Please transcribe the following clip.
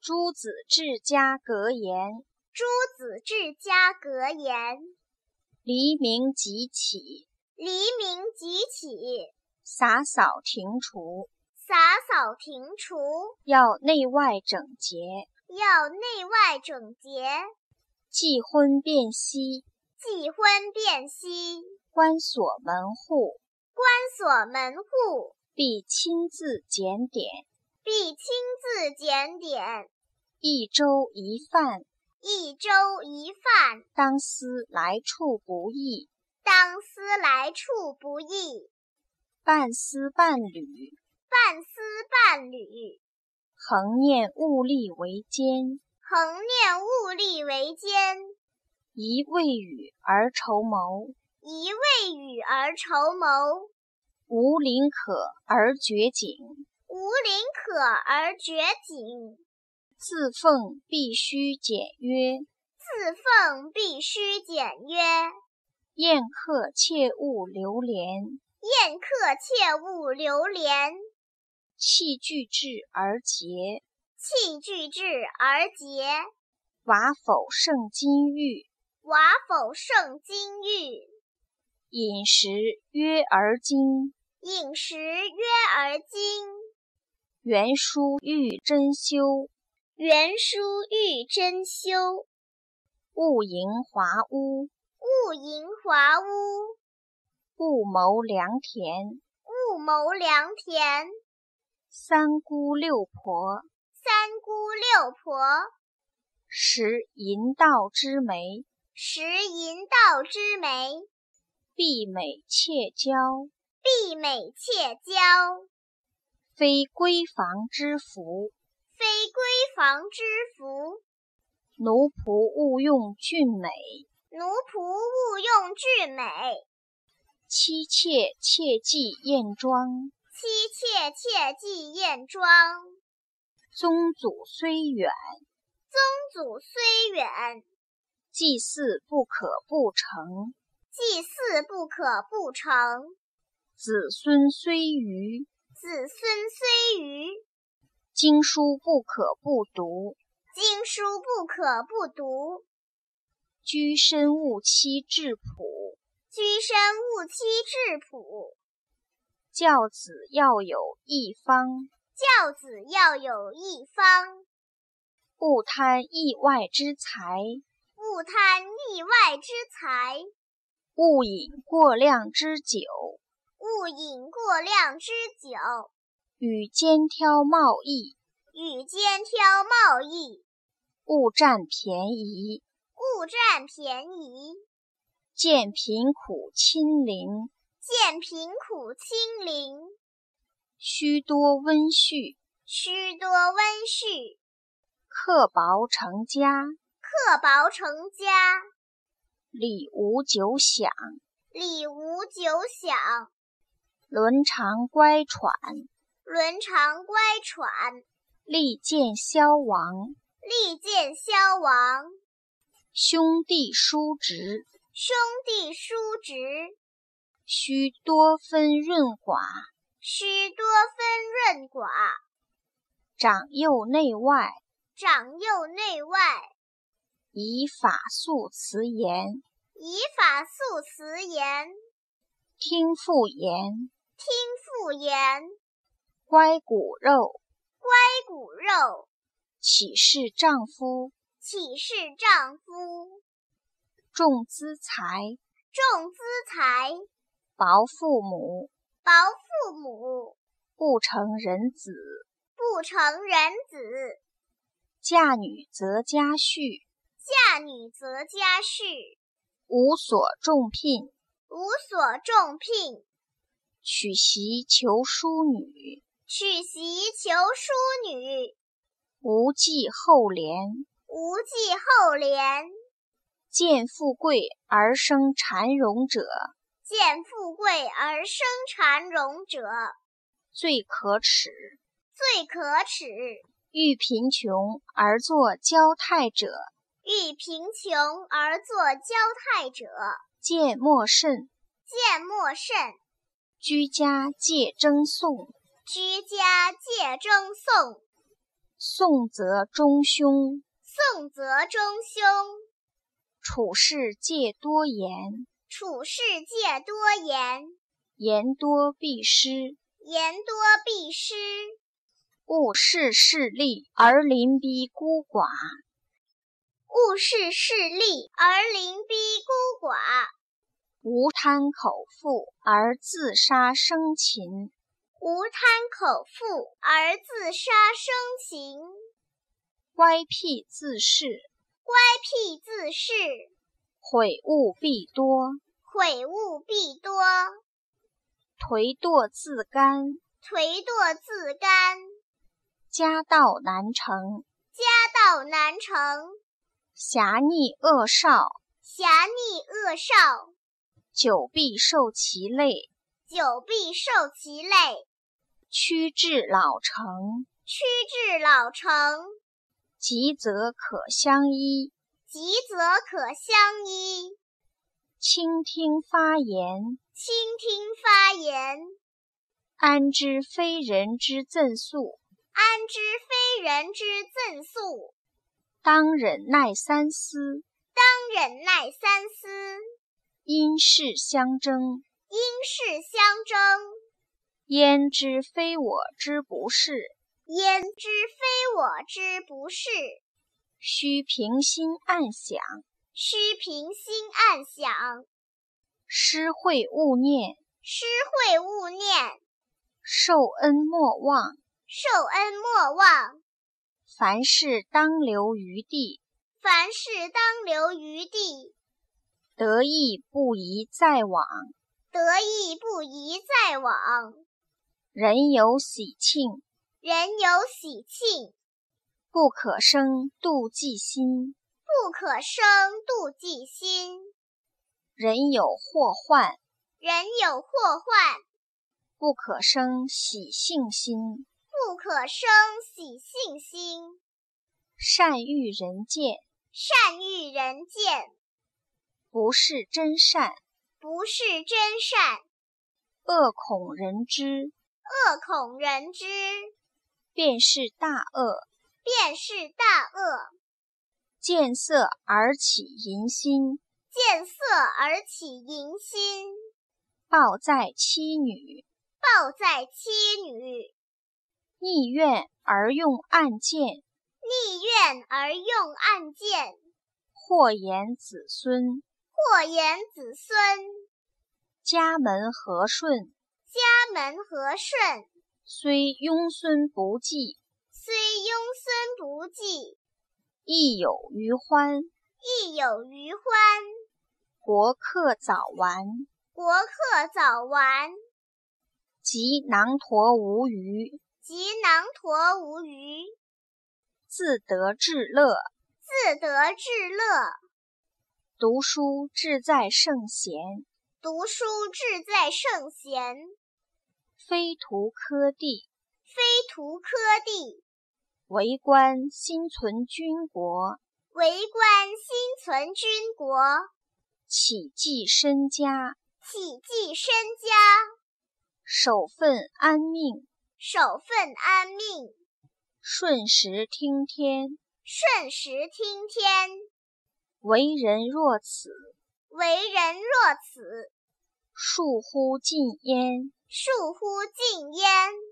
朱子治家格言：朱子治家格言：黎明即起，黎明即起，洒扫庭除，洒扫庭除，要内外整洁，要内外整洁，既昏便息，既昏便息，关锁门户，关锁门户，必亲自检点，必亲自检点，一粥一饭，一粥一饭，当思来处不易，当思来处不易，半丝半缕，半丝半缕，恒念物力维艰，恒念物力维艰，一未雨而绸缪，一未雨而绸缪，无林可而绝井，无林可而绝井，自奉必须简约，自奉必须简约。宴客切勿流连，宴客切勿流连，器具质而洁，器具质而洁，瓦否胜金玉。瓦否胜金玉。饮食约而精，饮食约而精，原书欲真修，原书欲真修，勿盈华屋，勿盈华屋，勿谋良田。勿谋良田。三姑六婆，三姑六婆，识银道之美，识银道之美，必美妾娇，必美妾娇，非闺房之福。非闺房之福。奴仆勿用俊美，奴仆勿用俊美，妻妾切忌艳妆。妻妾切忌艳妆。宗祖虽远，宗祖虽远，祭祀不可不成；祭祀不可不成。子孙虽愚，子孙虽愚，经书不可不读。经书不可不读。居身勿欺质朴，居身勿欺质朴，教子要有一方，教子要有一方，勿贪意外之财，勿贪意外之财，勿饮过量之酒，勿饮过量之酒，与肩挑贸易，与肩挑贸易，勿占便宜，勿占便宜，见贫苦亲邻，见贫苦亲邻，须多温煦，须多温煦，刻薄成家，刻薄成家，礼无久享，礼无久享，伦常乖舛，伦常乖舛，利见消亡，利见消亡，兄弟叔侄，兄弟叔侄，须多分润寡。须多分润寡。长幼内外，长幼内外，以法素辞言，以法素辞言，听父言，听父言，乖骨肉，非骨肉，岂是丈夫？岂是丈夫？重资财，重资财，薄父母，薄父母，不成人子。不成人子。嫁女则家婿，嫁女则家婿，无所重聘，无所重聘，娶媳求淑女，娶媳求淑女，无计后怜。无计后怜。见富贵而生缠荣者，见富贵而生缠荣者，最可耻；最可耻；遇贫穷而作骄态者，遇贫穷而作骄态者，见莫甚。见莫甚。居家戒争讼。居家戒争讼，宋则中凶，宋则中凶，处事戒多言，处事戒多言，言多必失，言多必失，勿恃势利而邻逼孤寡，勿恃势利而邻逼孤寡，无贪口腹而自杀生擒，无贪口腹而自杀生擒，乖僻自恃，乖僻自恃，悔悟必多，悔悟必多，颓惰自甘，颓惰自甘，家道难成，家道难成，侠逆恶少，侠逆恶少，久必受其累，久必受其累，屈至老成，屈至老成，急则可相依，急则可相依。倾听发言，倾听发言，安知非人之赠诉？安知非人之赠诉？当忍耐三思，当忍耐三思，因事相争，因事相争，焉知非我之不是？焉知非我之不是？须平心暗想，须平心暗想，施惠勿念，施惠勿念，受恩莫忘，受恩莫忘，凡事当留余地，凡事当留余地，得意不宜再往。得意不宜再往。人有喜庆，人有喜庆，不可生妒忌心；不可生妒忌心；人有祸患，人有祸患，不可生喜性心。不可生喜性心，善欲人见，善欲人见，不是真善；不是真善，恶恐人知，恶恐人知，便是大恶。便是大恶。见色而起淫心，见色而起淫心，暴在妻女；暴在妻女，逆愿而用暗箭，逆愿而用暗箭，祸延子孙。祸延子孙。家门和顺，家门和顺，虽庸孙不济，虽庸孙不济，亦有余欢。亦有余欢。国客早完，国客早完，即囊橐无余，即囊橐无余，自得至乐。自得至乐。读书志在圣贤，读书志在圣贤，非图科第。非图科第。为官心存君国，为官心存君国，起济身家，体济身家，守分安命，守分安命，顺时听天。顺时听天。为人若此，为人若此，恕乎近焉。恕乎近焉。